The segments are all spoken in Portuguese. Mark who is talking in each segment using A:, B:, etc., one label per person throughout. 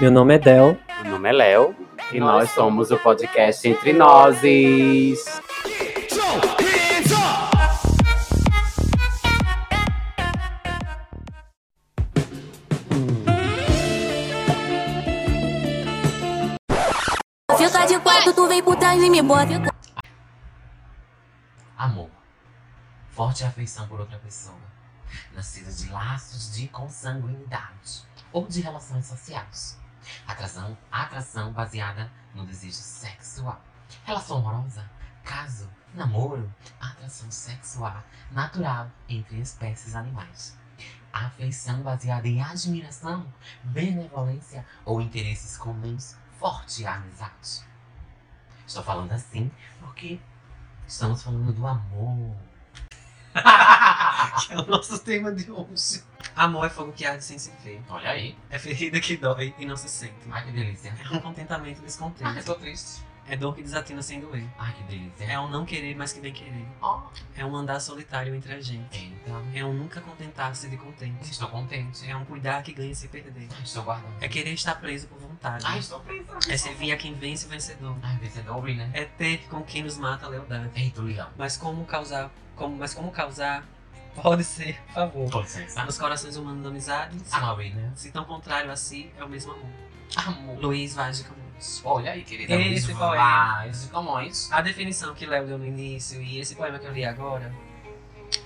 A: Meu nome é Del.
B: Meu nome é Léo e nós somos o podcast Entre Nozes.
C: Fica de quatro, tu vem por trás e me bota.
D: Amor. Forte afeição por outra pessoa, nascida de laços de consanguinidade ou de relações sociais. Atração, atração baseada no desejo sexual. Relação amorosa, caso, namoro, atração sexual natural entre espécies animais. Afeição baseada em admiração, benevolência ou interesses comuns, forte amizade. Estou falando assim porque estamos falando do amor.
E: É o nosso tema de hoje. Amor é fogo que arde sem se ver.
D: Olha aí.
E: É ferida que dói e não se sente.
D: Ai, que delícia.
E: É um contentamento
D: Ah, eu
E: descontente.
D: tô triste.
E: É dor que desatina sem doer.
D: Ai, que delícia.
E: É um não querer, mas que bem querer.
D: Ó,
E: É um andar solitário entre a gente.
D: Então,
E: É um nunca contentar-se de contente.
D: estou contente.
E: É um cuidar que ganha sem perder.
D: Estou guardando.
E: É querer estar preso por vontade.
D: Ai, estou presa.
E: É servir a quem vence o vencedor.
D: Ai, é vencedor, né?
E: É ter com quem nos mata a lealdade.
D: Ei, do leão.
E: Mas como causar. Como, mas como causar pode ser favor.
D: Com licença.
E: Nos corações humanos amizades.
D: Ah, né?
E: Se tão contrário a si, é o mesmo amor.
D: Amor.
E: Luiz Vaz de Camões.
D: Olha aí, querida.
E: Esse
D: Luiz
E: poema.
D: Vaz de Camões.
E: A definição que Léo deu no início e esse poema que eu li agora,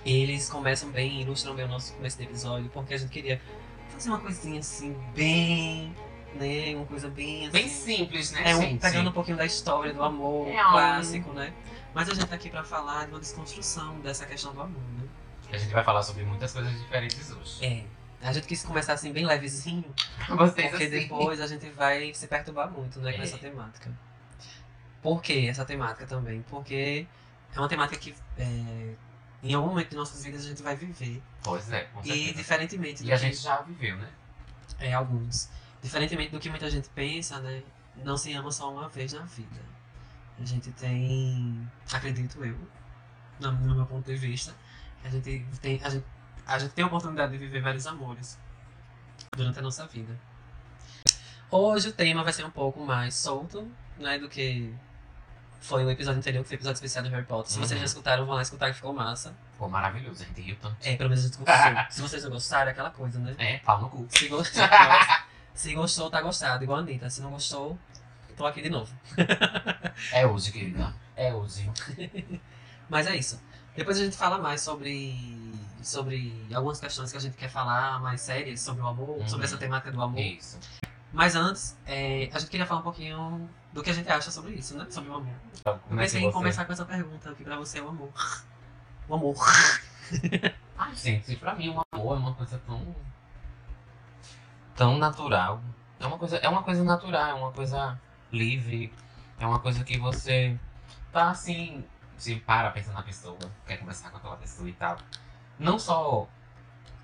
E: eles começam bem, ilustram bem o nosso começo do episódio, porque a gente queria fazer uma coisinha assim, bem, né? Uma coisa bem assim.
D: Bem simples, né,
E: É, um,
D: gente?
E: pegando um pouquinho da história do amor
D: É,
E: clássico, né? Mas a gente tá aqui pra falar de uma desconstrução dessa questão do amor, né?
D: A gente vai falar sobre muitas coisas diferentes hoje.
E: É. A gente quis começar assim, bem levezinho,
D: Vocês
E: porque
D: assim.
E: depois a gente vai se perturbar muito, né, com
D: É.
E: essa temática. Por que essa temática também? Porque é uma temática que é, em algum momento de nossas vidas a gente vai viver.
D: Pois é, com
E: E
D: certeza.
E: diferentemente do
D: E a
E: que
D: gente já viveu, né?
E: é, alguns. Diferentemente do que muita gente pensa, né? Não se ama só uma vez na vida. A gente tem, acredito eu, no, no meu ponto de vista, a gente tem a gente, a gente tem a oportunidade de viver vários amores durante a nossa vida. Hoje o tema vai ser um pouco mais solto, né, do que foi o episódio anterior, que foi o episódio especial do Harry Potter. Se vocês
D: Uhum.
E: já escutaram, vão lá escutar que ficou massa.
D: Pô, maravilhoso. A gente riu tanto.
E: É, pelo menos a gente conversou. Se vocês não gostaram, é aquela coisa, né?
D: É, pau no cu.
E: Se gostou, nossa. se gostou, tá gostado, igual a Anitta. Se não gostou, tô aqui de novo.
D: É hoje, querida. É hoje.
E: Mas é isso. Depois a gente fala mais sobre, sobre algumas questões que a gente quer falar mais sérias sobre o amor,
D: Uhum.
E: sobre essa temática do amor.
D: Isso.
E: Mas antes, é, a gente queria falar um pouquinho do que a gente acha sobre isso, né? Sobre o amor. Eu
D: Como é que
E: pensei em
D: você-
E: começar com essa pergunta, o que pra você é o amor? O amor.
D: Ai, gente, pra mim o amor é uma coisa tão. tão natural. É uma coisa, é uma coisa natural, é uma coisa livre. É uma coisa que você tá assim. Se para pensar na pessoa, quer conversar com aquela pessoa e tal. Não só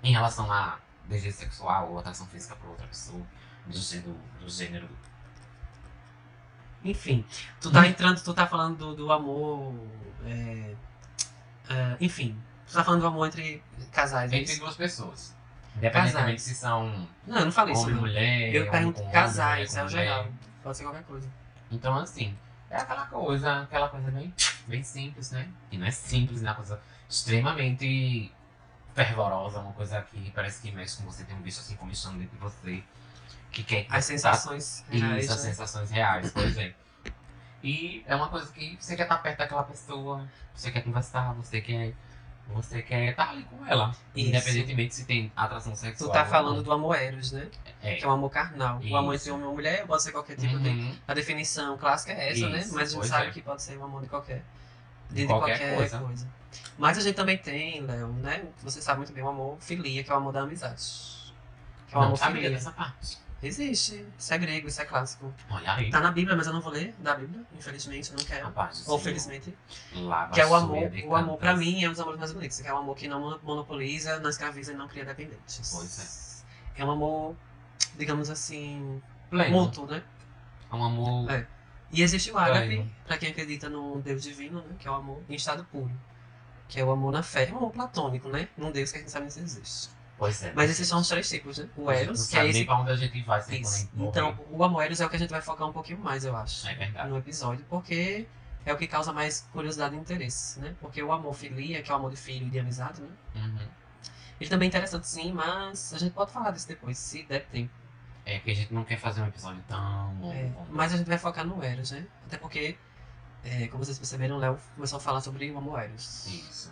D: em relação a desejo sexual ou atração física por outra pessoa, do gênero. Do gênero.
E: Enfim, tu
D: Hum.
E: tá entrando, tu tá falando do, do amor. é, é, enfim, tu tá falando do amor entre casais. é
D: Entre
E: isso? é
D: duas pessoas. Independentemente se são
E: Não, eu não falei isso.
D: homem e
E: não.
D: mulher.
E: Eu
D: homem
E: pergunto
D: com homem,
E: casais,
D: mulher
E: é o
D: com
E: geral.
D: mulher.
E: Pode ser qualquer coisa.
D: Então, assim, é aquela coisa, aquela coisa bem, bem simples, né? E não é simples, né? Uma coisa extremamente fervorosa, uma coisa que parece que mexe com você, tem um bicho assim comichando dentro de você, que quer
E: As sensações reais,
D: Isso, as
E: né?
D: sensações reais, pois é. E é uma coisa que você quer estar perto daquela pessoa, você quer conversar, você quer. Você quer estar ali com ela.
E: Isso.
D: Independentemente se tem atração sexual.
E: Tu tá
D: ou não.
E: falando do amor eros, né?
D: né? É.
E: Que é o amor carnal.
D: Isso.
E: O amor entre homem e mulher pode ser qualquer tipo de...
D: Uhum.
E: A definição clássica é essa, né?
D: Isso,
E: Mas a gente
D: pois
E: sabe
D: é.
E: que pode ser o amor de qualquer... De,
D: De
E: de
D: qualquer
E: qualquer,
D: coisa.
E: coisa. Mas a gente também tem, Léo, né? Você sabe muito bem o amor filia, que é o amor da amizade. Que é o
D: Não
E: amor
D: sabia né?
E: filia.
D: dessa parte.
E: Existe. Isso é grego, isso é clássico.
D: Olha aí.
E: Tá na Bíblia, mas eu não vou ler da Bíblia. Infelizmente, eu não quero.
D: Rapaz,
E: Ou
D: assim,
E: felizmente.
D: lava
E: Que é o
D: a
E: amor,
D: suia de
E: o amor pra
D: tantas-
E: mim é um dos amores mais bonitos, que é o amor que não mono- monopoliza, não escraviza e não cria dependentes.
D: Pois
E: é. um amor, digamos assim,
D: Pleno.
E: mútuo, né?
D: É um amor.
E: É. E existe o ágape,
D: Pleno.
E: pra quem acredita no Deus divino, né? Que é o amor em estado puro. Que é o amor na fé, é um amor platônico, né? Num Deus que a gente sabe nem se existe.
D: Pois é.
E: Mas esses são os três tipos, né? O
D: A gente não
E: Eros, que é
D: sabe nem
E: esse.
D: pra onde a gente vai sem
E: Isso.
D: morrer.
E: Então, o amor Eros é o que a gente vai focar um pouquinho mais, eu acho.
D: É verdade.
E: no um episódio, porque é o que causa mais curiosidade e interesse, né? Porque o amor filia, que é o amor de filho e de amizade, né?
D: Uhum.
E: Ele também é interessante sim, mas a gente pode falar disso depois, se der tempo.
D: É que a gente não quer fazer um episódio tão longo.
E: É,
D: como-
E: mas a gente vai focar no Eros, né? Até porque, é, como vocês perceberam, o Léo começou a falar sobre o amor Eros.
D: Isso.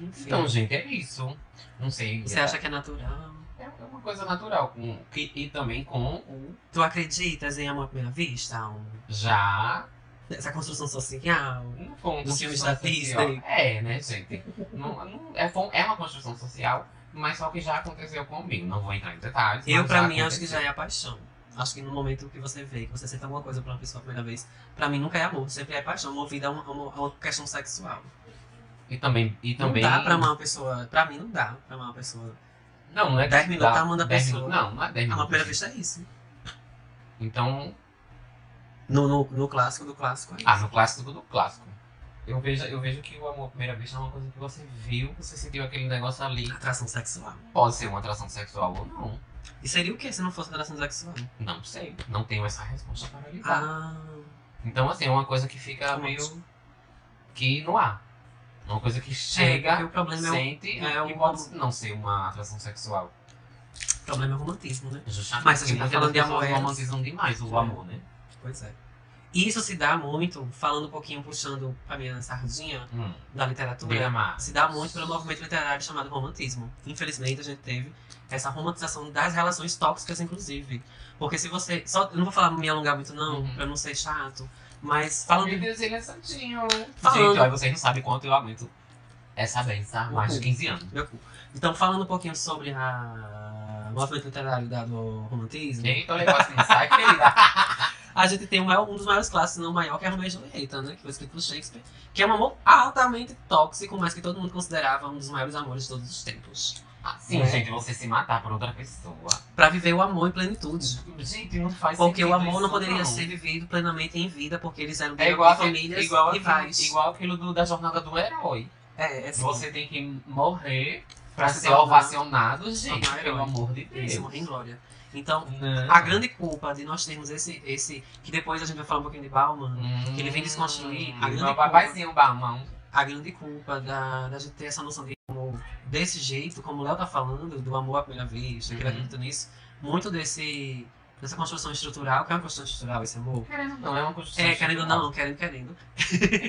E: Enfim,
D: Então, gente, é isso. Não sei.
E: você acha que é natural?
D: É uma coisa natural. Com, que, e também com o
E: Tu acreditas em amor à primeira vista? Um-
D: já.
E: Essa construção social?
D: Não foi uma
E: Dos filmes
D: construção
E: da Disney.
D: social. É, né, gente? não, não- é, foi- é uma construção social, mas só que já aconteceu comigo. Não vou entrar em detalhes.
E: Eu,
D: mas
E: pra
D: já
E: mim, acho que
D: aconteceu.
E: já é a paixão. Acho que no momento que você vê, que você sente alguma coisa pra uma pessoa a primeira vez, pra mim nunca é amor, sempre é paixão, movida a uma, a uma- a uma questão sexual.
D: E também. E também
E: Não dá pra amar uma pessoa, pra mim não dá pra amar uma pessoa.
D: Não, não é que
E: 10
D: dá-
E: minutos tá amando a
D: 10
E: pessoa.
D: minutos- não, não é 10
E: Amar à
D: minutos.
E: primeira vista é isso.
D: Então,
E: No, no, no clássico do clássico é isso.
D: Ah, no clássico do clássico. Eu vejo, eu vejo que o amor à primeira vista é uma coisa que você viu, você sentiu aquele negócio ali.
E: Atração sexual.
D: Pode ser uma atração sexual ou não.
E: E seria o que se não fosse atração sexual?
D: Não sei. Não tenho essa resposta para lhe dar.
E: Ah, é,
D: Então, assim, é uma coisa que fica
E: Romântico.
D: meio que no ar. Uma coisa que
E: é, porque
D: chega,
E: o problema é o,
D: sente,
E: é
D: e
E: o-
D: pode não ser uma atração sexual.
E: o problema é o romantismo, né?
D: Justamente
E: Mas a gente tá
D: porque
E: falando de
D: muitas pessoas
E: amor, é.
D: romantizam demais o
E: É.
D: amor, né?
E: Pois é. E isso se dá muito, falando um pouquinho, puxando pra minha sardinha
D: Hum.
E: da literatura.
D: Bem amado.
E: se dá muito pelo movimento literário chamado romantismo. Infelizmente, a gente teve essa romantização das relações tóxicas, inclusive. Porque se você. Só, eu não vou falar me alongar muito, não,
D: Uhum.
E: pra não ser chato. Mas falando
D: Meu
E: de
D: Deus, ele é santinho.
E: Falando.
D: Gente, ó, vocês não sabem quanto eu aguento essa benção há mais de 15 anos.
E: meu cu. Então, falando um pouquinho sobre a. O movimento literário da, do romantismo.
D: Então o negócio não sai, querida.
E: A gente tem um, maior- um dos maiores clássicos, se não o maior, que é Romeu e Julieta, né? Que foi escrito por Shakespeare. Que é um amor altamente tóxico, mas que todo mundo considerava um dos maiores amores de todos os tempos.
D: Sim,
E: Né?
D: gente, você se matar por outra pessoa.
E: Pra viver o amor em plenitude.
D: Gente, não faz
E: Porque
D: sentido
E: o amor não
D: isso, um.
E: poderia
D: não.
E: ser vivido plenamente em vida, porque eles eram
D: É
E: bem
D: igual,
E: famílias
D: famílias igual,
E: e
D: aquilo,
E: pais.
D: igual aquilo do- da jornada do herói.
E: É, é assim.
D: Você tem que morrer
E: Pra
D: pra
E: se
D: ser
E: tornar
D: ovacionado, gente,
E: um herói.
D: pelo amor de Deus.
E: Isso, morrer em glória. Então,
D: Não.
E: a grande culpa de nós termos esse, esse. Que depois a gente vai falar um pouquinho de Bauman.
D: Hum,
E: que ele vem desconstruir a grande
D: Meu papaizinho, Barmão.
E: A grande culpa da, da gente ter essa noção de amor desse jeito, como o Léo tá falando, do amor à primeira vista, que ele
D: Uhum.
E: acredita nisso. Muito desse. dessa construção estrutural, que é uma construção estrutural esse amor.
D: Querendo ou não, é uma construção
E: É, querendo ou
D: social.
E: não, querendo, querendo.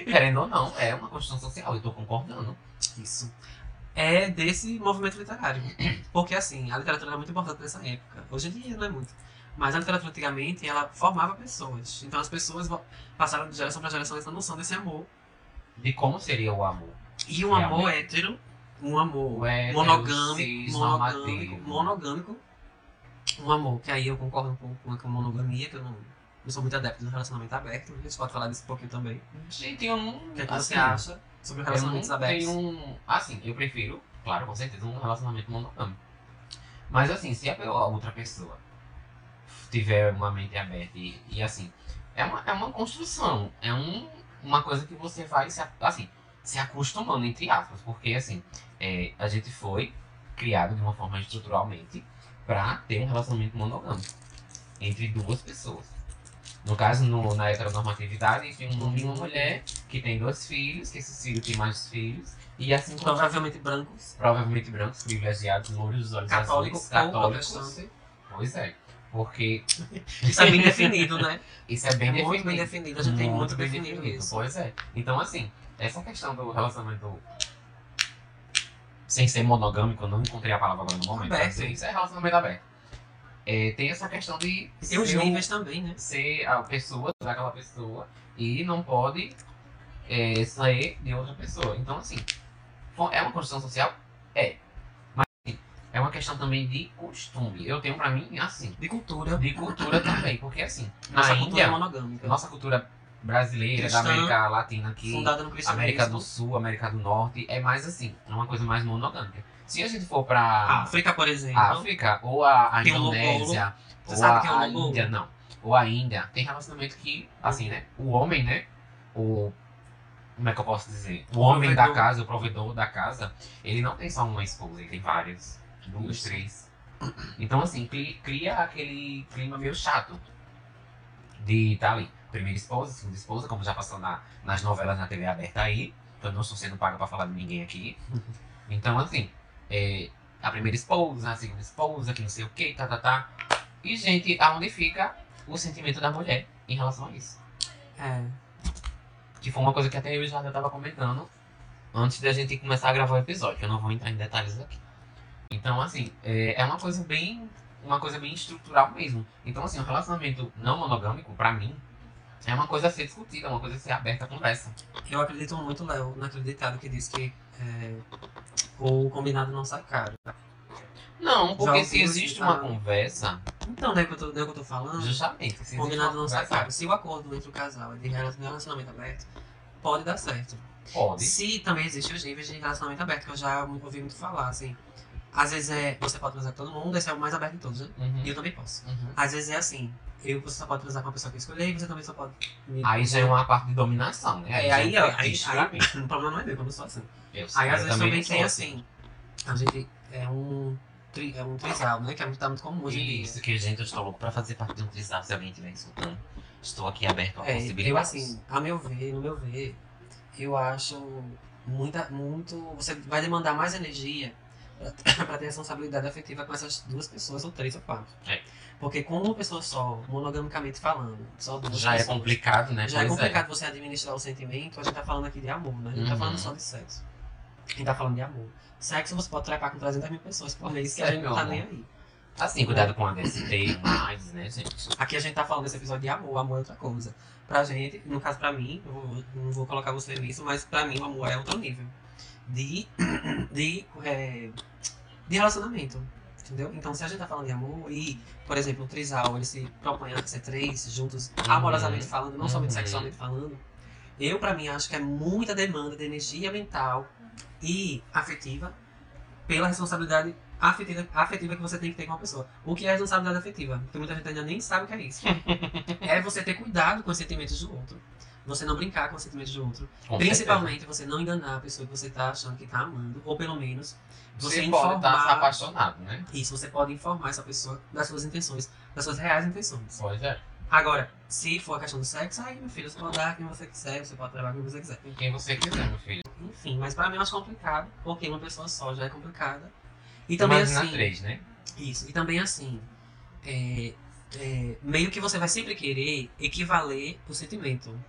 D: Querendo ou não, é uma construção social. Eu tô concordando.
E: Isso. É desse movimento literário. Porque, assim, a literatura era muito importante nessa época. Hoje em dia não é muito. Mas a literatura antigamente, ela formava pessoas. Então as pessoas vo- passaram de geração para geração essa noção desse amor.
D: De como seria o amor.
E: E um amor hétero, um amor
D: Ué,
E: monogâmico, monogâmico,
D: normativo.
E: monogâmico. Um amor, que aí eu concordo um pouco com a monogamia, que eu não, não sou muito adepto do relacionamento aberto. A gente pode falar disso um pouquinho também.
D: Gente, eu não...
E: O que, é que você
D: assim,
E: acha sobre relacionamentos
D: eu não
E: abertos?
D: Tenho, assim, eu prefiro, claro, com certeza, um relacionamento monogâmico. Mas assim, se a pe- a outra pessoa tiver uma mente aberta e, e, assim, é uma, é uma construção, é um, uma coisa que você vai se, a- assim, se acostumando, entre aspas, porque assim, é, a gente foi criado de uma forma estruturalmente pra ter um relacionamento monogâmico entre duas pessoas. No caso, no, na heteronormatividade, entre um homem e uma mulher que tem dois filhos, que esses filhos têm mais filhos, e assim como
E: Provavelmente brancos.
D: provavelmente brancos, privilegiados, louros, dos olhos
E: Católico
D: azuis,
E: ou
D: católicos.
E: protestante.
D: Pois é, porque
E: Isso é bem definido, né?
D: isso é bem
E: é
D: definido.
E: muito bem definido. A gente tem muito
D: bem
E: definido isso.
D: Pois é. Então, assim, essa questão do relacionamento sem ser monogâmico, eu não encontrei a palavra agora no momento.
E: Aberto.
D: mas Isso é relacionamento aberto. É, tem essa questão de
E: E tem os
D: ser o-
E: níveis também, né?
D: ser a pessoa daquela pessoa e não pode é, sair de outra pessoa. Então, assim, fo- é uma construção social? É. Mas assim, é uma questão também de costume. Eu tenho pra mim, assim,
E: De cultura.
D: de cultura também. Porque, assim,
E: Nossa
D: na
E: cultura é
D: Índia,
E: monogâmica.
D: nossa cultura brasileira,
E: Cristã,
D: da América Latina aqui,
E: fundada no cristianismo.
D: América do Sul, América do Norte, é mais assim, é uma coisa mais monogâmica. Se a gente for
E: A
D: pra
E: África, por exemplo.
D: África ou a, a
E: Tem o Lobolo.
D: Indonésia,
E: Você
D: ou
E: sabe
D: a,
E: que é o
D: a
E: Lobolo?
D: Índia, não. Ou a Índia. Tem relacionamento que, assim, né? O homem, né? O. Como é que eu posso dizer? O homem da
E: Provedor.
D: casa, o provedor da casa, ele não tem só uma esposa, ele tem várias. dos três. Então, assim, cri- cria aquele clima meio chato de tá ali. Primeira esposa, segunda esposa, como já passou na, nas novelas na TV aberta aí. Então, não estou sendo pago pra falar de ninguém aqui. Então, assim, é, a primeira esposa, a segunda esposa, que não sei o que, tá, tá, tá. E, gente, aonde fica o sentimento da mulher em relação a isso?
E: É.
D: Que foi uma coisa que até eu já estava comentando antes da gente começar a gravar o episódio, que eu não vou entrar em detalhes aqui. Então, assim, é, é uma coisa bem. Uma coisa bem estrutural mesmo. Então, assim, o relacionamento não monogâmico, pra mim, é uma coisa a ser discutida, é uma coisa a ser aberta à conversa.
E: Eu acredito muito, Léo, naquele ditado que diz que é, o combinado não sai caro.
D: Não, porque
E: Já
D: se
E: ouvi
D: existe
E: isso,
D: uma
E: tá?
D: conversa,
E: Então, não é que eu tô, não é que eu tô falando?
D: justamente, se existe
E: O combinado
D: uma
E: não sai
D: conversa,
E: caro. Se o acordo entre o casal é de rela- relacionamento aberto, pode dar certo.
D: pode.
E: Se também existem os níveis de relacionamento aberto, que eu já mu- ouvi muito falar, assim. Às vezes é, você pode transar com todo mundo, esse é o mais aberto de todos, né?
D: Uhum,
E: E eu também posso.
D: uhum.
E: Às vezes é assim, eu, você só pode transar com a pessoa que eu escolher, e você também só pode... me-
D: Aí já é uma parte de dominação, né?
E: É, aí,
D: já
E: ó,
D: é
E: aí,
D: difícil pra mim.
E: aí, o problema não é meu, quando eu sou assim.
D: Eu sei,
E: Aí
D: eu
E: às vezes também
D: sou
E: tem assim, a gente é um, tri, é um trisal, né? Que é muito, tá muito comum hoje em dia.
D: Isso, que gente, eu estou louco pra fazer parte de um trisal, se alguém estiver escutando. Estou aqui aberto a
E: É, eu
D: possibilidades.
E: assim, a meu ver, no meu ver, eu acho muita, muito. Você vai demandar mais energia pra- pra ter responsabilidade afetiva com essas duas pessoas, ou três ou quatro.
D: É.
E: Porque com uma pessoa só, monogamicamente falando, só duas
D: Já é
E: pessoas,
D: complicado, né?
E: Já é
D: Pois
E: complicado você administrar o sentimento, a gente tá falando aqui de amor, né? A gente tá
D: Uhum.
E: falando só de sexo. A gente tá falando de amor. Sexo você pode trepar com 300 mil pessoas por mês, que a
D: É,
E: gente não
D: meu
E: tá
D: amor.
E: nem aí.
D: Assim, cuidado com a DST mais, né, gente?
E: Aqui a gente tá falando desse episódio de amor, amor é outra coisa. Pra gente, no caso pra mim, eu vou- não vou colocar você nisso, mas pra mim o amor é outro nível. De. de. é, de relacionamento. Entendeu? Então se a gente tá falando de amor e, por exemplo, o trisal, eles se propõem a ser três, juntos,
D: Uhum.
E: amorosamente falando, não somente
D: Uhum.
E: sexualmente falando, eu pra mim acho que é muita demanda de energia mental e afetiva pela responsabilidade afetiva, afetiva que você tem que ter com uma pessoa. O que é responsabilidade afetiva? Porque muita gente ainda nem sabe o que é isso. é você ter cuidado com os sentimentos do outro. Você não brincar com os sentimentos do outro.
D: Com
E: Principalmente você não enganar a pessoa que você tá achando que tá amando. Ou pelo menos
D: certeza.
E: você,
D: Você pode
E: informar.
D: estar se apaixonado, né?
E: Isso, você pode informar essa pessoa das suas intenções, das suas reais intenções.
D: Pois é.
E: Agora, se for a questão do sexo, aí meu filho, você pode dar quem você quiser, você pode trabalhar com quem você quiser.
D: Com quem você quiser, meu filho.
E: Enfim, mas pra mim é mais complicado, porque uma pessoa só já é complicada. E também
D: Imagina
E: assim.
D: três, né?
E: Isso. E também assim, é, é, meio que você vai sempre querer equivaler o sentimento.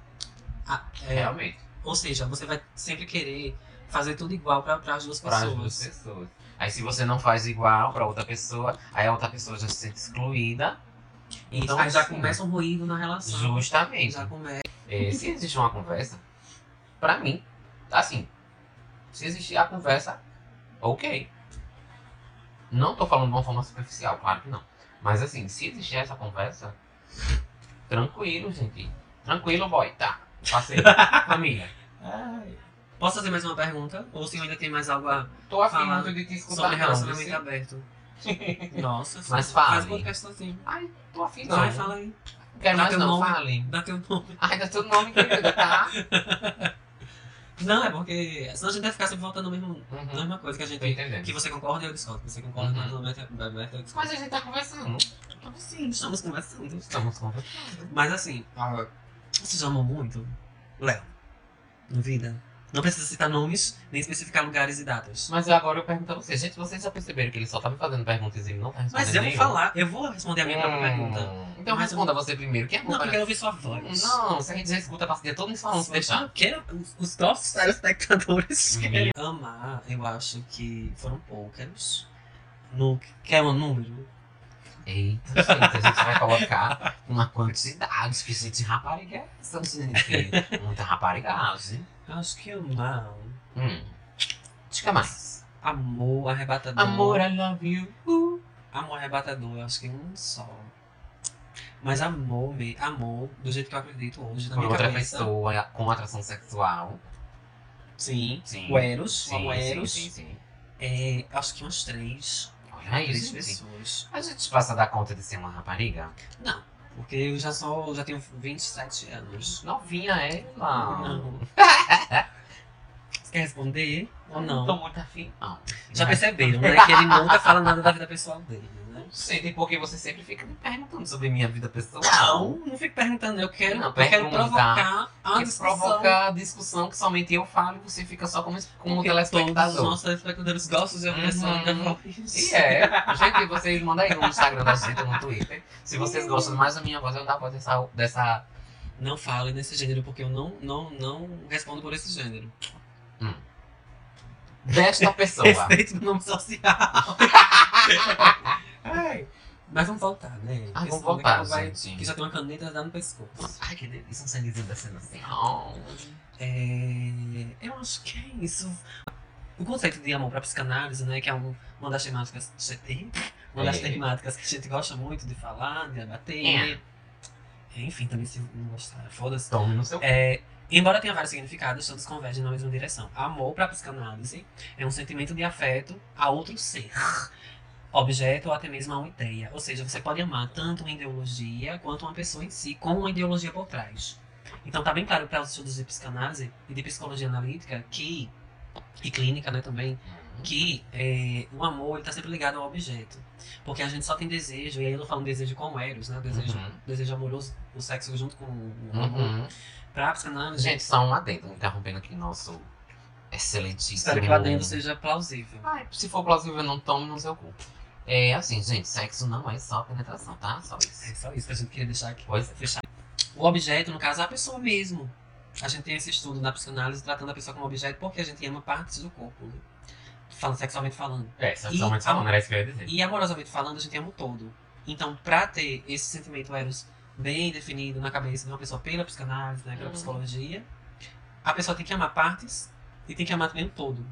E: A- é,
D: Realmente.
E: ou seja, você vai sempre querer fazer tudo igual para as duas
D: Para as
E: pessoas.
D: duas pessoas. Aí se você não faz igual pra outra pessoa, aí a outra pessoa já se sente excluída.
E: Isso.
D: Então,
E: Aí já
D: assim,
E: começa um ruído na relação.
D: Justamente.
E: Já começa.
D: É, se existe uma conversa, pra mim, assim, se existir a conversa, ok. Não tô falando de uma forma superficial, claro que não. Mas assim, se existir essa conversa, tranquilo, gente. Tranquilo, boy, tá. Passei. Família.
E: Posso fazer mais uma pergunta? Ou o senhor ainda tem mais algo a
D: Tô afim
E: Falar
D: muito de te escutar,
E: sobre
D: não.
E: relacionamento
D: viu?
E: aberto? Nossa,
D: Mas
E: faz
D: fale.
E: podcast sozinho.
D: Tô afim, não.
E: Vai, fala aí.
D: Não Quero
E: Dá
D: mais
E: é teu
D: não,
E: nome.
D: fale.
E: Dá teu nome.
D: Ai, dá teu nome, querida, tá?
E: Não, é porque senão a gente vai ficar sempre voltando no mesmo, na
D: Uhum.
E: mesma coisa que a
D: Tô
E: gente
D: entendendo.
E: Que você concorda e eu discordo. Você concorda
D: Uhum.
E: com o Roberto, eu discordo.
D: Mas a gente tá conversando.
E: Então, sim, estamos conversando.
D: Estamos conversando.
E: Mas assim, ah, vocês amam muito? Léo. Na vida. Não precisa citar nomes, nem especificar lugares e datas.
D: Mas agora eu pergunto a vocês, gente, vocês já perceberam que ele só tá me fazendo perguntas e ele não tá respondendo
E: Mas eu vou
D: nenhuma?
E: falar, eu vou responder a minha própria pergunta.
D: Hum, Então
E: Mas
D: responda você primeiro, que é
E: Não,
D: culpa,
E: porque
D: né?
E: eu ouvi sua voz.
D: Não, se a gente já escuta, passa o dia todo mundo falando, se deixar.
E: Porque os- os nossos telespectadores
D: Minha.
E: querem amar, eu acho que foram poucas. No, quer um número?
D: Eita, gente, a gente vai colocar uma quantidade que gente rapariga é essa, gente. Muita raparigagem.
E: Acho que um amar.
D: Hum. Diga mais.
E: Amor arrebatador.
D: Amor, é. I love you. Uh.
E: Amor arrebatador, eu acho que um só. Mas amor, me- amor, do jeito que eu acredito hoje, na
D: Por
E: minha
D: outra
E: cabeça.
D: pessoa, com atração sexual.
E: Sim.
D: Sim.
E: O Eros,
D: sim,
E: o amor
D: sim,
E: Eros.
D: sim, sim.
E: É, eu acho que uns três.
D: Olha
E: três
D: isso, gente.
E: pessoas.
D: A gente passa a dar conta de ser uma rapariga?
E: Não. Porque eu já sou. já tenho 27 anos.
D: é, Ah. Novinha ela.
E: Não. Você quer responder ou não?
D: Tô muito afim, não.
E: Já
D: Então, Mas-
E: perceberam, né? Que ele nunca fala nada da vida pessoal dele, né?
D: Não sei, tem porque você sempre fica me perguntando sobre minha vida pessoal.
E: Não, não fico perguntando. Eu quero,
D: Não,
E: eu quero
D: pergunta.
E: provocar a
D: Porque
E: discussão.
D: provoca a discussão que somente eu falo e você fica só como, como
E: Porque
D: telespectador.
E: Todos os nossos telespectadores gostam de ouvir essa
D: Uhum.
E: minha voz.
D: E é. Gente, vocês mandam aí no Instagram da gente, no Twitter. Se vocês gostam mais da minha voz, eu não dá pra dessa, dessa.
E: Não fale nesse gênero, porque eu não, não, não respondo por esse gênero.
D: desta pessoa.
E: Respeito meu nome social. Ai. Mas vamos voltar, né?
D: Ah, vamos
E: Esse
D: voltar,
E: homem que vai-
D: gente.
E: Que já tem uma caneta dando no pescoço.
D: Ai, que delícia, um sanguezinho descendo assim.
E: É, eu acho que é isso. O conceito de amor para psicanálise, né, que é um- uma das temáticas, uma das
D: É.
E: temáticas que a gente gosta muito de falar, de abater.
D: É.
E: Enfim, também se não gostar, foda-se.
D: Tome no seu.
E: É, embora tenha vários significados, todos convergem na mesma direção. Amor para psicanálise é um sentimento de afeto a outro ser. Objeto ou até mesmo a uma ideia. Ou seja, você pode amar tanto uma ideologia quanto uma pessoa em si, com uma ideologia por trás. Então tá bem claro para os estudos de psicanálise e de psicologia analítica que e clínica, né, também, que é, o amor está sempre ligado ao objeto. Porque a gente só tem desejo, e aí eu não falo desejo com eros, né? Desejo,
D: Uhum.
E: desejo amoroso, o sexo junto com o amor.
D: Uhum.
E: Pra psicanálise,
D: Gente, só um adendo, interrompendo aqui nosso excelentíssimo.
E: espero que o adendo seja plausível.
D: Ai, se for plausível, não tome no seu cu. É assim, gente, sexo não é só penetração, tá? Só
E: É
D: isso.
E: só isso que a gente queria deixar aqui.
D: Pois é.
E: Fechar. O objeto, no caso, é a pessoa mesmo. A gente tem esse estudo na psicanálise tratando a pessoa como objeto porque a gente ama partes do corpo, né? Falando sexualmente falando.
D: É, falando,
E: sexualmente falando,
D: era isso que eu ia dizer.
E: E amorosamente falando, a gente ama o todo. Então, pra ter esse sentimento eros bem definido na cabeça de uma pessoa pela psicanálise, né, pela
D: Uhum.
E: psicologia, a pessoa tem que amar partes e tem que amar também o todo.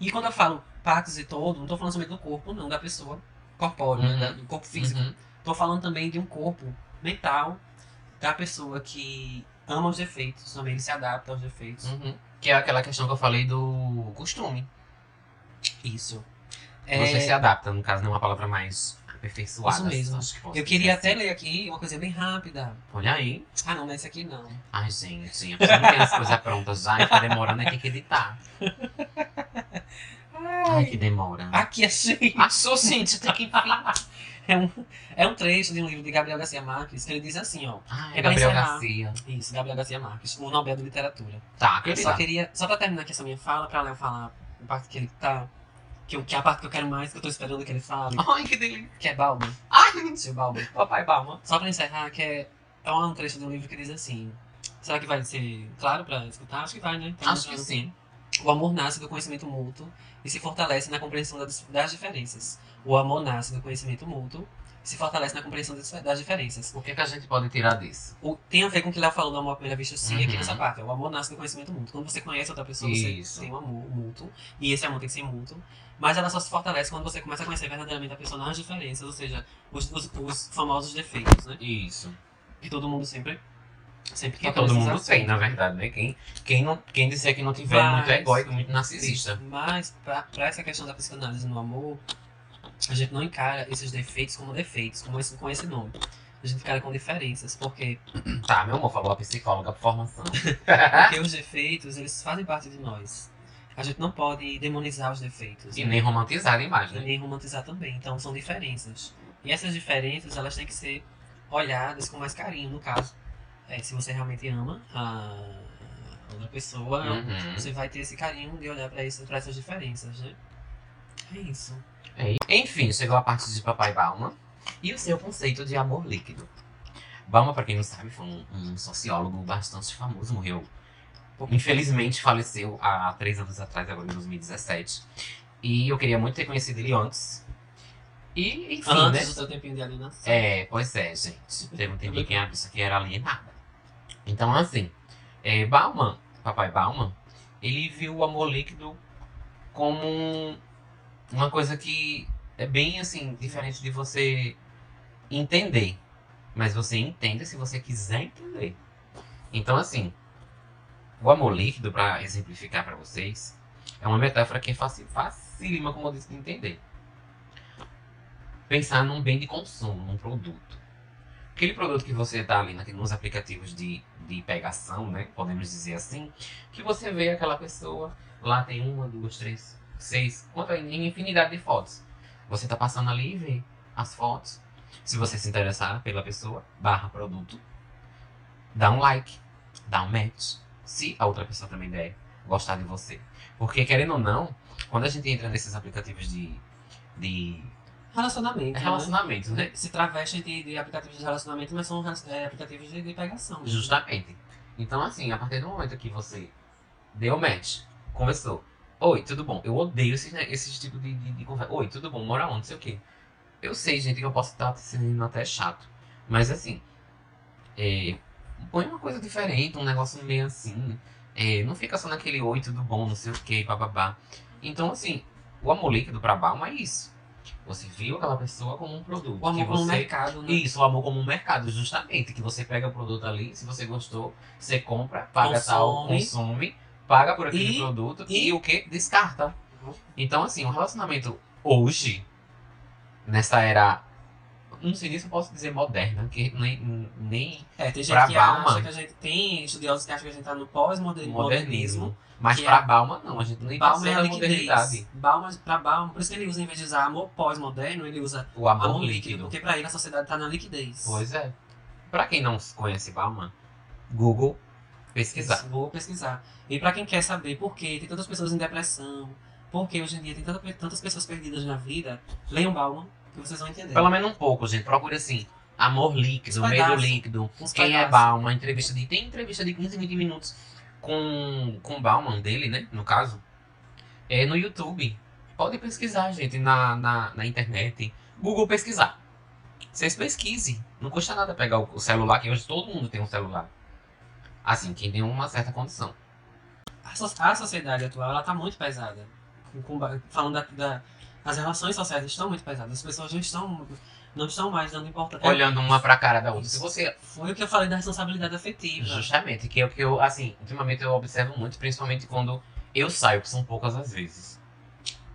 E: E quando eu falo partes e todo, não tô falando somente do corpo, não, da pessoa corpórea, né,
D: Uhum.
E: da- do corpo físico.
D: Uhum.
E: Tô falando também de um corpo mental da pessoa que ama os defeitos, também ele se adapta aos defeitos.
D: Uhum. Que é aquela questão que eu falei do costume.
E: Isso.
D: Você
E: É,
D: se adapta, no caso, não é uma palavra mais aperfeiçoada.
E: Isso mesmo.
D: Acho que posso
E: eu queria
D: dizer
E: até
D: assim.
E: ler aqui uma coisa bem rápida.
D: Olha aí.
E: Ah, não, mas esse aqui não.
D: Ai, gente, a pessoa não tem as coisas prontas já e tá demorando, aí tem que editar. Ai, que demora.
E: Aqui é achei.
D: Achou, gente, tem que enfim.
E: É um, é um trecho de um livro de Gabriel Garcia Marques que ele diz assim, ó.
D: Ai,
E: É pra
D: Gabriel
E: encerrar.
D: Garcia.
E: Isso, Gabriel Garcia Marques, o Nobel de Literatura.
D: Tá,
E: Eu
D: querida.
E: só queria, só pra terminar aqui essa minha fala, pra Léo falar a parte que ele tá. Que, eu- que é a parte que eu quero mais, que eu tô esperando que ele fale,
D: Ai, que delícia.
E: que é Balma.
D: Ai,
E: Seu Balma.
D: papai Balma.
E: Só pra encerrar, que é, é um trecho de um livro que diz assim. Será que vai ser claro pra escutar? Acho que vai, né? Então,
D: Acho que
E: já-
D: sim.
E: O amor nasce do conhecimento mútuo e se fortalece na compreensão das, das diferenças. O amor nasce do conhecimento mútuo e se fortalece na compreensão das, das diferenças.
D: O que, que a gente pode tirar disso?
E: O- tem a ver com o que Léo falou do amor à primeira vista, sim, aqui
D: Uhum.
E: nessa parte. O amor nasce do conhecimento mútuo. Quando você conhece outra pessoa,
D: Isso.
E: você tem um amor mútuo. E esse amor tem que ser mútuo. Mas ela só se fortalece quando você começa a conhecer verdadeiramente a pessoa nas diferenças, ou seja, os, os- os famosos defeitos, né?
D: Isso.
E: Que todo mundo sempre. Sempre
D: Que
E: toca
D: todo
E: nesses
D: mundo tem,
E: assuntos.
D: na verdade, né? Quem, quem, não, quem disser que não tiver é
E: Mas-
D: muito egóico, muito narcisista.
E: Mas, pra, pra essa questão da psicanálise no amor, a gente não encara esses defeitos como defeitos, como esse, com esse nome. A gente encara com diferenças, porque,
D: Tá, meu amor, falou a psicóloga por formação.
E: porque os defeitos, eles fazem parte de nós. A gente não pode demonizar os defeitos.
D: e
E: né?
D: nem romantizar a
E: E
D: imagem.
E: nem romantizar também. Então, são diferenças. E essas diferenças, elas têm que ser olhadas com mais carinho, no caso. É, se você realmente ama a a outra pessoa,
D: Uhum.
E: você vai ter esse carinho de olhar pra isso- pra essas diferenças, né? É isso.
D: É isso. Enfim, chegou a parte de Papai Balma e o seu conceito de amor líquido. Balma, pra quem não sabe, foi um, um sociólogo bastante famoso, morreu. Infelizmente, faleceu há três anos atrás, agora em 2017. E eu queria muito ter conhecido ele antes. E, enfim,
E: Antes do
D: né?
E: seu tempinho de alienação.
D: É, pois é, gente. Teve um tempo que a pessoa que era alienada. Então, assim, é, Bauman, Papai Bauman, ele viu o amor líquido como um- uma coisa que é bem, assim, diferente de você entender. Mas você entende se você quiser entender. Então, assim, o amor líquido, pra exemplificar pra vocês, é uma metáfora que é faci- facílima, como eu disse, de entender pensar num bem de consumo, num produto. Aquele produto que você tá ali naquele- nos aplicativos de, de pegação, né? Podemos dizer assim, que você vê aquela pessoa, lá tem uma, duas, três, seis, quanto em infinidade de fotos. Você tá passando ali e vê as fotos. Se você se interessar pela pessoa, barra produto, dá um like, dá um match. Se a outra pessoa também der gostar de você. Porque querendo ou não, quando a gente entra nesses aplicativos de, de
E: Relacionamento. Relacionamento.
D: relacionamento, né?
E: Se travestem de, de aplicativos de relacionamento, mas são é, aplicativos de, de pegação. né?
D: Justamente. Então, assim, a partir do momento que você deu match, conversou. Oi, tudo bom? Eu odeio esses, né, esses tipos de, de, de conversa. Oi, tudo bom? Mora onde? Não sei o quê. Eu sei, gente, que eu posso estar sendo até chato. Mas, assim, é, põe uma coisa diferente, um negócio meio assim. É, não fica só naquele oi, tudo bom, não sei o quê, bababá. Então, assim, o amor líquido pra Balma é isso. Você viu aquela pessoa como um produto.
E: O amor
D: que
E: como
D: você
E: mercado, né?
D: isso, o amor como um mercado, justamente. Que você pega o produto ali, se você gostou, você compra, paga
E: Consome.
D: tal, consome, paga por aquele
E: E-
D: produto
E: e-
D: e, o que? Descarta.
E: Uhum.
D: Então, assim, o relacionamento hoje, nessa era. Não sei nem se eu posso dizer moderna, que nem, nem
E: É, tem
D: pra
E: gente que
D: Balma.
E: acha que a gente tem estudiosos que acham que a gente tá no pós-modernismo.
D: modernismo. Mas
E: Que
D: pra
E: é-
D: Balma, não, a gente nem
E: Balma
D: passa
E: é a
D: da
E: liquidez.
D: modernidade.
E: Balma pra Balma, por isso que ele usa, em vez de usar amor pós-moderno, ele usa
D: O amor,
E: amor líquido,
D: líquido.
E: porque pra ele a sociedade tá na liquidez.
D: Pois é. Pra quem não conhece Balma, Google pesquisar.
E: Isso, Vou pesquisar. E pra quem quer saber por que tem tantas pessoas em depressão, por que hoje em dia tem tanta- tantas pessoas perdidas na vida, leiam Balma, que vocês vão entender.
D: Pelo menos um pouco, gente. Procure assim. Amor líquido,
E: Os
D: medo
E: pedaços.
D: líquido.
E: Uns
D: Quem é
E: pedaços.
D: Bauman? Entrevista de. Tem entrevista de 15, 20 minutos com com Bauman dele, né? No caso. É no YouTube. Pode pesquisar, gente, na, na, na internet. Google pesquisar. Vocês pesquisem. Não custa nada pegar o, o celular, que hoje todo mundo tem um celular. Assim, quem tem uma certa condição.
E: A, so- a sociedade atual, ela tá muito pesada. Com- com ba- falando da, da- As relações sociais estão muito pesadas, as pessoas não estão, não estão mais dando importância.
D: Olhando uma pra cara da outra. Se
E: Isso.
D: você
E: Foi o que eu falei da responsabilidade afetiva.
D: Justamente, que é o que eu, assim, ultimamente eu observo muito, principalmente quando eu saio, que são poucas as vezes.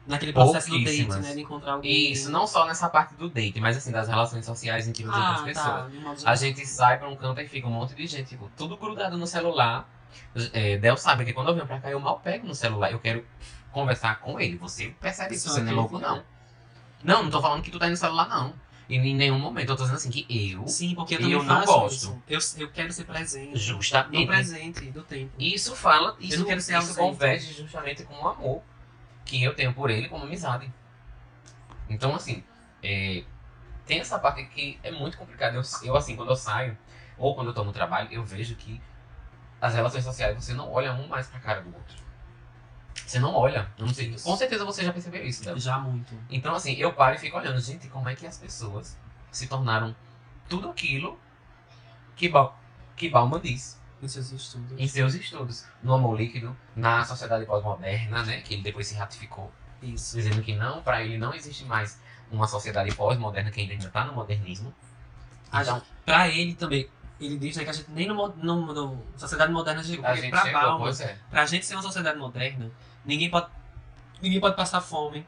E: Naquele processo do date,
D: Pouquíssimas.
E: né? De encontrar alguém.
D: E isso não só nessa parte do date, mas assim, das relações sociais entre as
E: ah,
D: outras pessoas.
E: tá, de um modo
D: A
E: geral.
D: gente sai pra um canto e fica um monte de gente, tipo, tudo grudado no celular. É, Del sabe que quando eu venho pra cá, eu mal pego no celular, eu quero conversar com ele. Você percebe isso,
E: Isso
D: você não é
E: aqui,
D: louco,
E: né?
D: não. Não, não tô falando que tu tá indo no celular, não. E em nenhum momento, eu tô dizendo assim que eu,
E: Sim, porque eu
D: E
E: também
D: eu não
E: faço
D: gosto.
E: isso. Eu, eu quero ser presente. No
D: justamente,
E: presente do tempo.
D: Isso fala,
E: Eu
D: isso,
E: não quero ser
D: isso
E: ausente.
D: converge justamente com o amor que eu tenho por ele como amizade. Então, assim, é, tem essa parte que é muito complicada. Eu, eu, assim, quando eu saio, ou quando eu tô no trabalho, eu vejo que as relações sociais, você não olha um mais pra cara do outro. Você não olha. Eu não sei,
E: Isso.
D: com certeza você já percebeu isso, Del.
E: Já muito.
D: Então, assim, eu paro e fico olhando, gente, como é que as pessoas se tornaram tudo aquilo que, ba que Bauman diz
E: Nos seus estudos.
D: em seus estudos no amor líquido, na sociedade pós-moderna, né, que ele depois se ratificou,
E: Isso.
D: dizendo que não, para ele não existe mais uma sociedade pós-moderna que ainda está no modernismo.
E: A
D: Então,
E: gente- pra ele também. Ele diz né, que a gente nem no, mo- no, no- sociedade moderna chegou.
D: a
E: Porque
D: gente
E: pra
D: chegou,
E: Balma,
D: pois é.
E: pra gente ser uma sociedade moderna, ninguém pode, ninguém pode passar fome.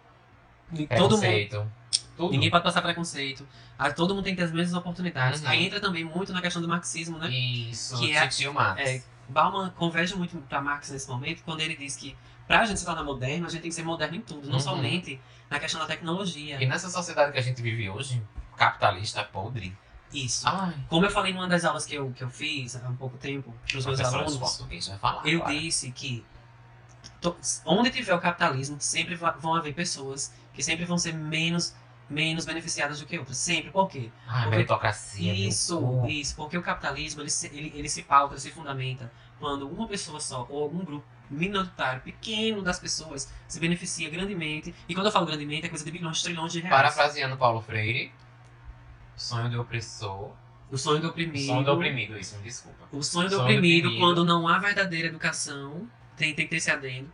E: Nem- Todo mundo,
D: Preconceito, tudo.
E: ninguém pode passar preconceito. Ah, todo mundo tem que ter as mesmas oportunidades.
D: Uhum.
E: Aí entra também muito na questão do marxismo, né?
D: Isso,
E: Que é-
D: titio Max.
E: É, Bauman converge muito para Marx nesse momento, quando ele diz que pra gente se tornar moderno, a gente tem que ser moderno em tudo, não
D: Uhum.
E: somente na questão da tecnologia.
D: E nessa sociedade que a gente vive hoje, capitalista, podre,
E: Isso.
D: ai,
E: Como eu falei numa das aulas que eu, que eu fiz há um pouco tempo para os meus
D: professores
E: alunos,
D: de português vai falar
E: eu
D: agora.
E: disse que to- onde tiver o capitalismo, sempre va- vão haver pessoas que sempre vão ser menos, menos beneficiadas do que outras. Sempre. Por quê?
D: Ai, meritocracia. é meu
E: Isso,
D: cu.
E: isso, porque o capitalismo ele se, ele, ele se pauta, ele se fundamenta quando uma pessoa só ou algum grupo minoritário, pequeno das pessoas, se beneficia grandemente. E quando eu falo grandemente, é coisa de bilhões, trilhões de reais.
D: Parafraseando Paulo Freire, sonho do opressor,
E: O sonho do oprimido.
D: sonho do oprimido, isso, me desculpa.
E: O sonho do
D: Sonho do
E: oprimido,
D: oprimido.
E: quando não há verdadeira educação, tem, tem que ter esse adendo.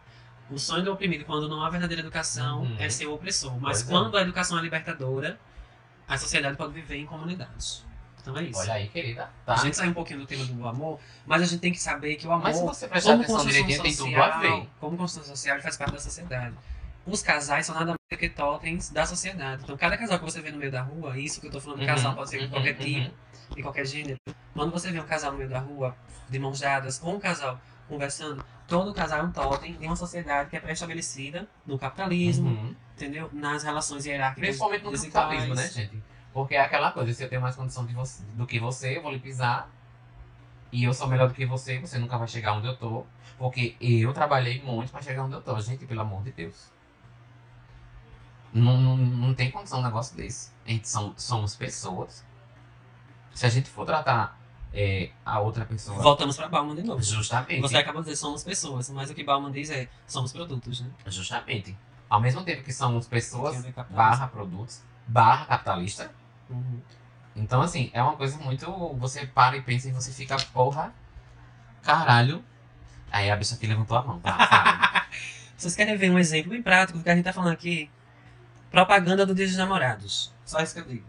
E: O sonho do oprimido, quando não há verdadeira educação,
D: Uhum.
E: é ser o opressor. Mas
D: Pois é.
E: quando a educação é libertadora, a sociedade pode viver em comunidades. Então é isso.
D: Olha aí, querida, tá?
E: A gente sai um pouquinho do tema do amor, mas a gente tem que saber que o amor,
D: Mas se você prestar
E: como
D: atenção
E: construção
D: direitinho, tem tudo a
E: social,
D: ver.
E: como construção social, ele faz parte da sociedade. os casais são nada mais do que totens da sociedade. Então, cada casal que você vê no meio da rua, isso que eu tô falando
D: Uhum.
E: de casal pode ser de qualquer tipo, de qualquer gênero. Quando você vê um casal no meio da rua, de mãos dadas, ou um casal conversando, todo casal é um totem de uma sociedade que é pré-estabelecida no capitalismo,
D: Uhum.
E: entendeu? Nas relações hierárquicas.
D: Principalmente no
E: dos
D: capitalismo, né,
E: iguais.
D: gente? Porque é aquela coisa, se eu tenho mais condição de você- do que você, eu vou lhe pisar. E eu sou melhor do que você, você nunca vai chegar onde eu tô. Porque eu trabalhei muito pra chegar onde eu tô, gente, pelo amor de Deus. Não, não, não tem condição um negócio desse. A gente são, somos pessoas. Se a gente for tratar é, a outra pessoa
E: Voltamos pra Bauman de novo.
D: justamente.
E: Você acaba de dizer somos pessoas, mas o que Bauman diz é somos produtos, né? é
D: Justamente. Ao mesmo tempo que somos
E: Tem a
D: pessoas,
E: ver com capitalismo.
D: barra produtos, barra capitalista,
E: Uhum.
D: Então, assim, é uma coisa muito. Você para e pensa e você fica, porra, caralho. Aí a bicha aqui levantou a mão. Tá, fala.
E: Vocês querem ver um exemplo bem prático do que a gente tá falando aqui? Propaganda do Dia dos Namorados. Só isso que eu digo.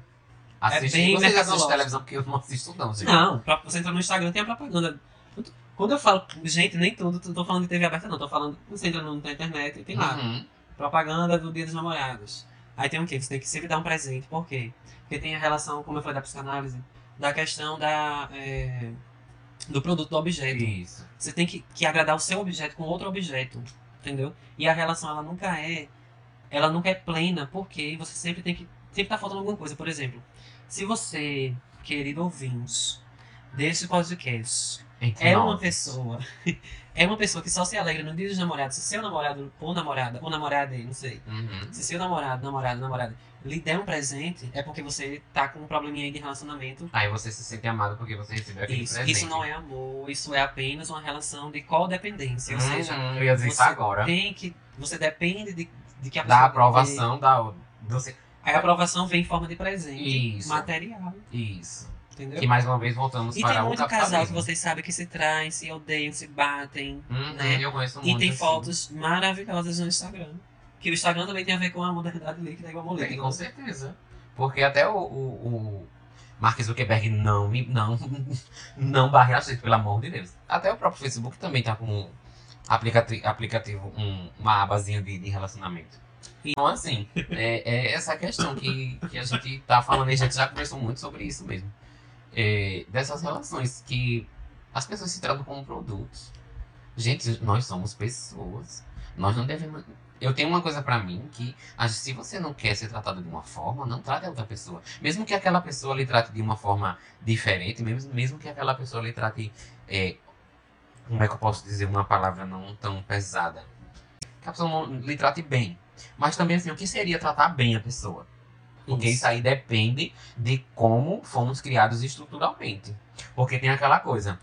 D: Assiste,
E: É
D: vocês
E: bem
D: assistem
E: mercadológico.
D: televisão porque eu não assisto, não, gente.
E: Não, pra- você entra no Instagram tem a propaganda. Quando eu falo, gente, nem tudo, não tô falando de TV aberta, não. Tô falando, você entra no- na internet e tem lá.
D: Uhum.
E: propaganda do Dia dos Namorados. Aí tem o quê? Você tem que sempre dar um presente. Por quê? Porque tem a relação, como eu falei, da psicanálise, da questão da, é, do produto do objeto.
D: Isso.
E: Você tem que, que agradar o seu objeto com outro objeto, entendeu? E a relação, ela nunca é ela nunca é plena, porque você sempre tem que sempre tá faltando alguma coisa. Por exemplo, se você, querido ouvinte, desse podcast,
D: Entre
E: é
D: nós.
E: uma pessoa. É uma pessoa que só se alegra no dia dos namorados. Se seu namorado ou namorada, ou namorada aí, não sei.
D: Uhum.
E: Se seu namorado, namorada, namorada lhe der um presente, é porque você tá com um probleminha aí de relacionamento.
D: Aí você se sente amado porque você recebeu aquele
E: Isso,
D: presente.
E: isso não é amor, isso é apenas uma relação de codependência.
D: Uhum,
E: Ou seja,
D: eu ia dizer isso
E: você
D: agora.
E: tem que. Você depende de, de que a pessoa.
D: É. Da
E: dê.
D: aprovação da outra. Do se-
E: Aí a aprovação vem em forma de presente.
D: Isso.
E: Material,
D: Isso.
E: entendeu?
D: Que mais uma vez voltamos
E: E
D: para
E: tem
D: o
E: muito casal que
D: capitalismo.
E: vocês sabem que se traem, se odeiam, se batem,
D: Uhum,
E: né?
D: Eu conheço muito.
E: E tem
D: assim.
E: fotos maravilhosas no Instagram. Que o Instagram também tem a ver com a modernidade líquida tá igual a né?
D: Tem,
E: moleta.
D: com certeza. Porque até o, o, o Mark Zuckerberg não, me- não, não barre a gente, pelo amor de Deus. Até o próprio Facebook também tá com um aplicati- aplicativo, um- uma abazinha de, de relacionamento. Então, assim, é, é essa questão que, que a gente tá falando e a gente já conversou muito sobre isso mesmo. É, dessas relações que as pessoas se tratam como produtos. Gente, nós somos pessoas. Nós não devemos. Eu tenho uma coisa pra mim que ah, se você não quer ser tratado de uma forma, não trate a outra pessoa. Mesmo que aquela pessoa lhe trate de uma forma diferente, mesmo, mesmo que aquela pessoa lhe trate. é, como é que eu posso dizer uma palavra não tão pesada? Que a pessoa não lhe trate bem. Mas também, assim, o que seria tratar bem a pessoa? Porque isso aí depende de como fomos criados estruturalmente. Porque tem aquela coisa,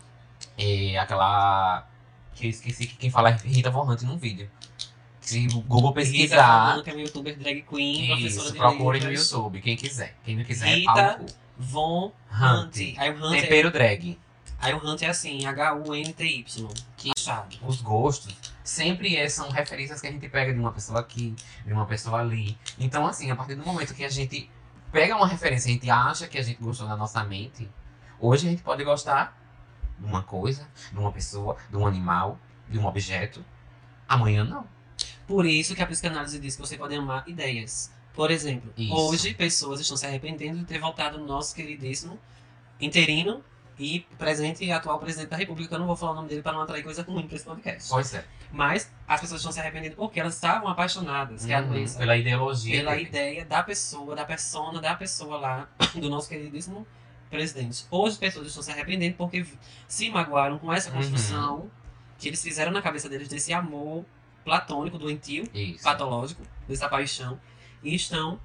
D: é, aquela. que eu esqueci que quem fala é Rita Von Hunt num vídeo. Se o Google
E: Rita
D: pesquisar.
E: Fernanda, que é uma youtuber drag queen,
D: Isso,
E: professora
D: procurem
E: de
D: no
E: livros.
D: YouTube, quem quiser. Quem não quiser,
E: Rita
D: pau no cu.
E: Von Hunt.
D: Hunt.
E: Aí o Hunt, é,
D: Tempero drag.
E: aí o Hunt é assim, H-U-N-T-Y.
D: Que-
E: achado.
D: Os gostos sempre é- são referências que a gente pega de uma pessoa aqui, de uma pessoa ali. Então, assim, a partir do momento que a gente pega uma referência, a gente acha que a gente gostou na nossa mente, hoje a gente pode gostar de uma coisa, de uma pessoa, de um animal, de um objeto. Amanhã não.
E: Por isso que a psicanálise diz que você pode amar ideias. Por exemplo,
D: Isso.
E: hoje pessoas estão se arrependendo de ter votado no nosso queridíssimo interino e presente e atual presidente da República. Eu não vou falar o nome dele para não atrair coisa ruim para esse podcast.
D: Pois é.
E: Mas as pessoas estão se arrependendo porque elas estavam apaixonadas, que é a doença.
D: Pela ideologia.
E: Pela
D: dele.
E: ideia da pessoa, da persona, da pessoa lá, do nosso queridíssimo presidente. Hoje as pessoas estão se arrependendo porque se magoaram com essa
D: Uhum.
E: construção que eles fizeram na cabeça deles desse amor platônico, doentio,
D: Isso.
E: patológico, dessa paixão. E estão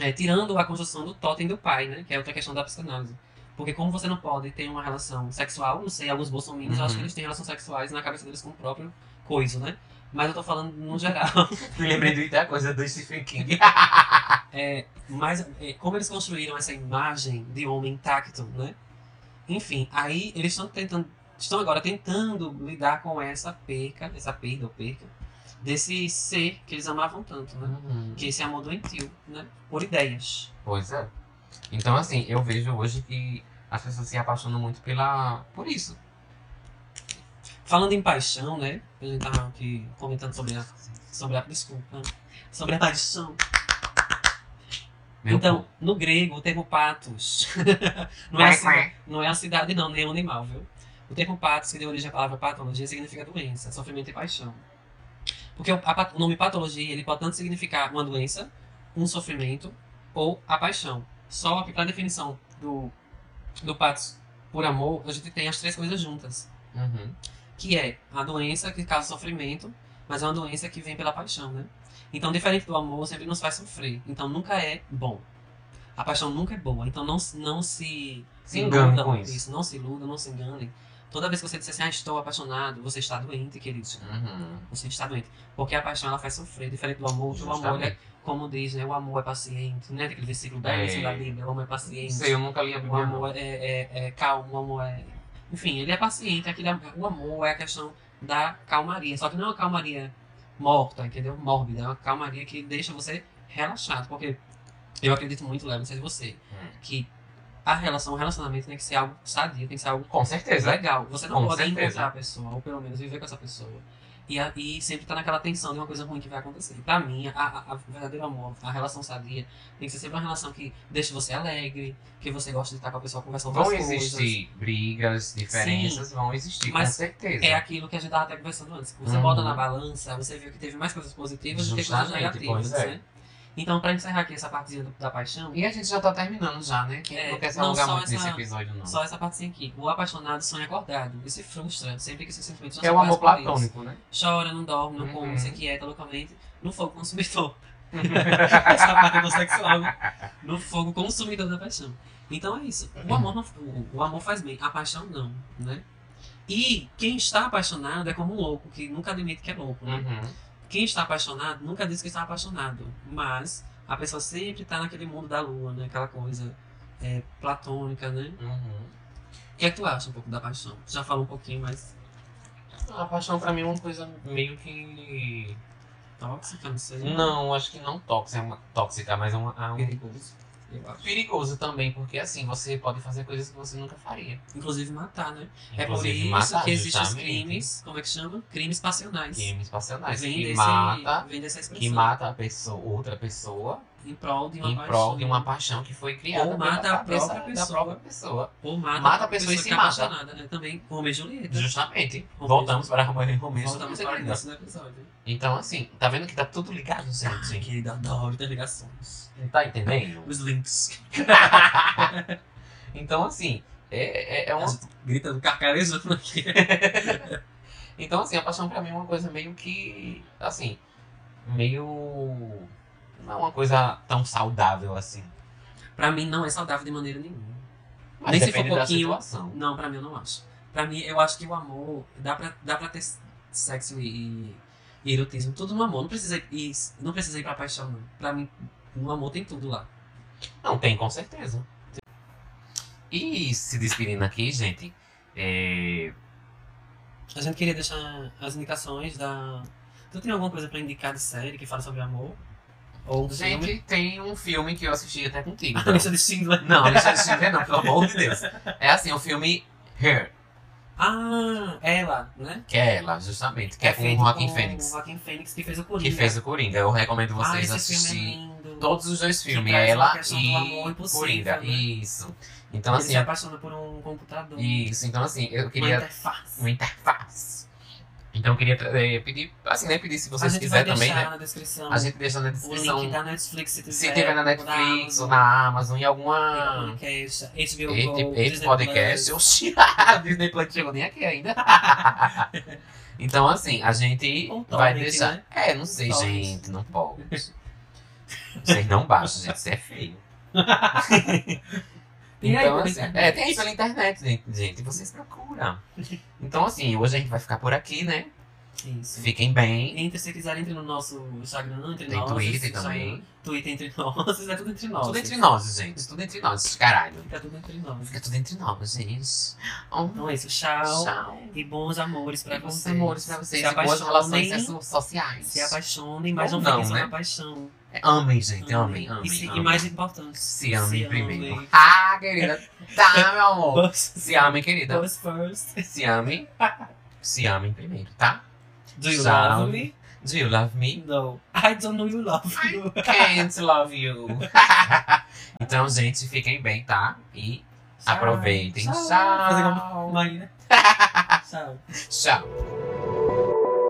E: é, tirando a construção do totem do pai, né? Que é outra questão da psicanálise. Porque como você não pode ter uma relação sexual, não sei, alguns bolsominions, eu acho
D: Uhum.
E: que eles têm relações sexuais na cabeça deles com o próprio coiso, né? Mas eu tô falando no geral.
D: Me lembrei de muita coisa do Stephen King.
E: É, mas é, como eles construíram essa imagem de homem intacto, né? Enfim, aí eles estão tentando. Estão agora tentando lidar com essa perca, essa perda ou perca, desse ser que eles amavam tanto, né?
D: Uhum.
E: Que esse amor doentio, né? Por ideias.
D: Pois é. Então, assim, eu vejo hoje que as pessoas se apaixonam muito pela... por isso.
E: Falando em paixão, né? A gente tava aqui comentando sobre a. Sobre a. Desculpa. né? Sobre a paixão.
D: Meu
E: então,
D: cu.
E: no grego, o termo patos. não, é a cida- não é a cidade, não, nem o animal, viu? O termo patos, que deu origem à palavra patologia, significa doença, sofrimento e paixão. Porque o, a pat- o nome patologia, ele pode tanto significar uma doença, um sofrimento ou a paixão. Só que, para definição do, do patos por amor, a gente tem as três coisas juntas
D: Uhum.
E: que é a doença que causa sofrimento, mas é uma doença que vem pela paixão, né? Então, diferente do amor, sempre nos faz sofrer. Então, nunca é bom. A paixão nunca é boa. Então, não, se- não se,
D: Se engane
E: iludam
D: com isso.
E: Não se iludam, não se enganem. Toda vez que você disser assim, ah, estou apaixonado, você está doente, querido.
D: Uhum.
E: Você está doente. Porque a paixão, ela faz sofrer. Diferente do amor, que o amor, é,
D: Justamente.
E: como diz, né? O amor é paciente. Não é aquele versículo da,
D: É.
E: da Bíblia, o amor é paciente.
D: Sei, eu nunca li a
E: O
D: Bíblia. não.
E: amor é, é- é calmo, o amor é. Enfim, ele é paciente. Aquele, am- o amor é a questão da calmaria. Só que não é uma calmaria morta, entendeu? Mórbida. É uma calmaria que deixa você relaxado. Porque eu acredito muito, Léo, não sei se você,
D: Hum.
E: que a relação, o relacionamento tem que ser algo sadio, tem que ser algo
D: Com certeza. né?
E: legal. Você não
D: Com
E: pode
D: certeza.
E: encontrar a pessoa, ou pelo menos viver com essa pessoa. E, a- e sempre tá naquela tensão de uma coisa ruim que vai acontecer. E pra mim, a, a, a verdadeiro amor, a relação sadia, tem que ser sempre uma relação que deixa você alegre, que você gosta de estar com a pessoa conversando
D: Vão
E: outras coisas.
D: existir brigas, diferenças, vão existir,
E: Mas
D: com certeza.
E: É aquilo que a gente tava até conversando antes. que Você
D: Uhum.
E: bota na balança, você viu que teve mais coisas positivas do que coisas
D: Justamente,
E: negativas,
D: pois é.
E: né? Então, pra encerrar aqui essa partezinha do- da paixão,
D: E a gente já tá terminando já, né? Quem
E: É,
D: não quer se
E: não,
D: alongar
E: só
D: muito
E: essa-
D: nesse episódio, não.
E: só essa partezinha aqui. O apaixonado sonha acordado. Ele se frustra sempre que seus sentimentos não
D: É
E: são
D: o amor
E: correspondidos.
D: platônico, né?
E: chora, não dorme, não come,
D: Uhum.
E: se inquieta é, tá loucamente no fogo consumidor. Essa parte homossexual. No fogo consumidor da paixão. Então é isso. O amor, não, o, o amor faz bem, a paixão não, né? E quem está apaixonado é como um louco, que nunca admite que é louco, né?
D: Uhum.
E: Quem está apaixonado nunca diz que está apaixonado, mas a pessoa sempre está naquele mundo da lua, né? Aquela coisa é, platônica, né?
D: Uhum.
E: O que é que tu acha um pouco da paixão? Já falou um pouquinho, mas
D: A paixão pra mim é uma coisa meio que.
E: tóxica, não sei.
D: Não, acho que não tóxica, é uma tóxica, mas é uma. é um-
E: Perigoso, eu acho.
D: Perigoso também, porque assim, você pode fazer coisas que você nunca faria.
E: Inclusive matar, né? é por
D: Inclusive,
E: isso
D: matar,
E: que existem os
D: justamente.
E: crimes, como é que chama? Crimes passionais.
D: Crimes passionais.
E: vem,
D: que
E: desse,
D: mata.
E: vem dessa expressão.
D: Que mata a pessoa, outra pessoa
E: Em prol de uma
D: em
E: paixão.
D: prol de uma paixão que foi criada
E: Ou mata
D: pela
E: a própria
D: cabeça da
E: pessoa.
D: própria pessoa.
E: Ou mata,
D: Mata
E: uma
D: a pessoa e se
E: que é
D: mata.
E: apaixonada, né? Também Romeu e Julieta.
D: Justamente.
E: Romeu e
D: Voltamos
E: Julieta.
D: para Romeu e Romeu.
E: Voltamos para o início do episódio.
D: Então, assim, tá vendo que tá tudo ligado,
E: Ai,
D: gente?
E: querida, adoro interligações.
D: Tá entendendo?
E: Os links.
D: então, assim, é, é, é
E: A
D: uma.
E: gente grita do carcarejando aqui.
D: Então, assim, a paixão pra mim é uma coisa meio que. Assim, meio. Não é uma coisa tão saudável assim.
E: pra mim não é saudável de maneira nenhuma.
D: Mas
E: Nem se for
D: depende
E: pouquinho.
D: da situação.
E: Não, pra mim eu não acho. Pra mim, eu acho que o amor. Dá pra, dá pra ter sexo e, e erotismo, tudo no amor. Não precisa, ir, não precisa ir pra paixão, não. Pra mim, no amor tem tudo lá.
D: Não, tem com certeza. E se despedindo aqui, gente. É...
E: A gente queria deixar as indicações da. Tu tem alguma coisa pra indicar de série que fala sobre amor? Ou um filme? Ah,
D: Gente, tem um filme que eu assisti até contigo. então.
E: A lista de Schindler.
D: Não, deixa de ver, não, pelo amor de Deus. É assim, o filme Her,
E: Ah, ela, né?
D: que é ela, justamente, que é, com o
E: feito
D: Joaquim
E: com
D: Fênix,
E: O Joaquim Fênix que fez o
D: que
E: Coringa.
D: fez o Coringa. Eu recomendo
E: ah,
D: vocês
E: esse filme é
D: assistirem
E: lindo.
D: todos os dois
E: Que
D: filmes,
E: traz uma
D: ela
E: questão do amor
D: e
E: impossível,
D: Coringa.
E: né?
D: Isso. Então,
E: Ele se
D: assim,
E: apaixona por um computador.
D: isso. Então, assim, eu
E: Uma
D: queria
E: interface.
D: uma interface. Então, eu queria tra- eh, pedir, assim, né, pedir se
E: a
D: vocês
E: gente
D: quiserem
E: vai
D: também,
E: deixar
D: né?
E: na descrição
D: A gente deixa na
E: o link
D: descrição.
E: da Netflix se tiver,
D: Se tiver na
E: da
D: Netflix ou
E: Amazon, né?
D: na Amazon, em
E: da
D: alguma.
E: Podcast, HBO Go,
D: Esse
E: Disney
D: podcast, eu
E: Plus.
D: Disney Plus chegou nem aqui ainda. então, assim, a gente
E: Um torrent,
D: vai deixar.
E: né?
D: É, não sei,
E: torrent.
D: gente, não pode. Vocês não baixam, gente, isso é feio.
E: Tem aí
D: então,
E: pela
D: assim,
E: internet.
D: é, tem aí pela internet, gente, gente, vocês procuram. Então, assim, hoje a gente vai ficar por aqui, né?
E: Isso.
D: Fiquem bem.
E: Entre, se quiser, entre no nosso Instagram, entre
D: Tem
E: nós.
D: Twitter
E: Instagram,
D: também.
E: Twitter entre nós, é tudo entre nós.
D: Tudo entre nós, gente. Tudo entre nós, caralho.
E: Fica tudo entre nós.
D: Fica tudo entre nós, gente. Um
E: Então é isso, tchau.
D: tchau.
E: E bons amores pra
D: E bons
E: vocês.
D: amores pra vocês. E
E: Se
D: boas
E: apaixonem,
D: relações sexu- sociais.
E: se apaixonem, mas não,
D: Ou
E: fiquem
D: não,
E: só
D: né?
E: na paixão.
D: Amem, gente. Amem, amem.
E: e, se- e
D: amem.
E: mais importante,
D: Se amem primeiro.
E: amem.
D: Ah, querida. Tá, meu amor.
E: Boys-
D: Se amem, querida.
E: boys first.
D: Se amem. se amem primeiro, tá?
E: Do you
D: Tchau.
E: love me?
D: Do you love me?
E: No. I don't know you love you.
D: Can't love you. então, gente, fiquem bem, tá? E aproveitem.
E: Tchau. Fazer como
D: Tchau.
E: mãe, né? Tchau.
D: Tchau.